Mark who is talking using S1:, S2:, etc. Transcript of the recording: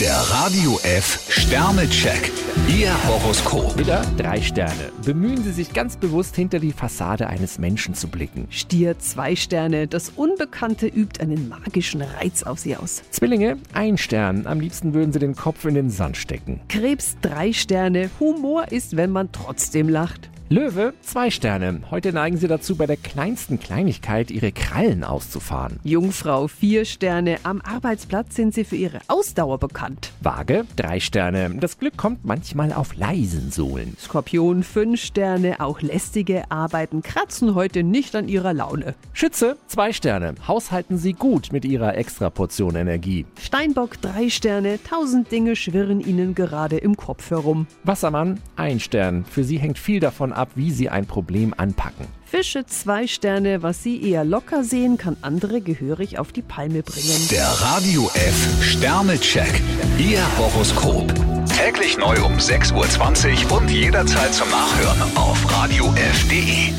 S1: Der Radio F Sternecheck. Ihr Horoskop.
S2: Widder, drei Sterne. Bemühen Sie sich ganz bewusst, hinter die Fassade eines Menschen zu blicken.
S3: Stier, zwei Sterne. Das Unbekannte übt einen magischen Reiz auf sie aus.
S2: Zwillinge, ein Stern. Am liebsten würden Sie den Kopf in den Sand stecken.
S3: Krebs, drei Sterne. Humor ist, wenn man trotzdem lacht.
S2: Löwe, zwei Sterne. Heute neigen Sie dazu, bei der kleinsten Kleinigkeit Ihre Krallen auszufahren.
S3: Jungfrau, vier Sterne. Am Arbeitsplatz sind sie für ihre Ausdauer bekannt.
S2: Waage, drei Sterne. Das Glück kommt manchmal auf leisen Sohlen.
S3: Skorpion, fünf Sterne. Auch lästige Arbeiten kratzen heute nicht an ihrer Laune.
S2: Schütze, zwei Sterne. Haushalten Sie gut mit Ihrer Extraportion Energie.
S3: Steinbock, drei Sterne. Tausend Dinge schwirren ihnen gerade im Kopf herum.
S2: Wassermann, ein Stern. Für Sie hängt viel davon ab, wie Sie ein Problem anpacken.
S3: Fische, zwei Sterne. Was sie eher locker sehen, kann andere gehörig auf die Palme bringen.
S1: Der Radio F Sternecheck. Ihr Horoskop. Täglich neu um 6.20 Uhr und jederzeit zum Nachhören auf Radio radiof.de.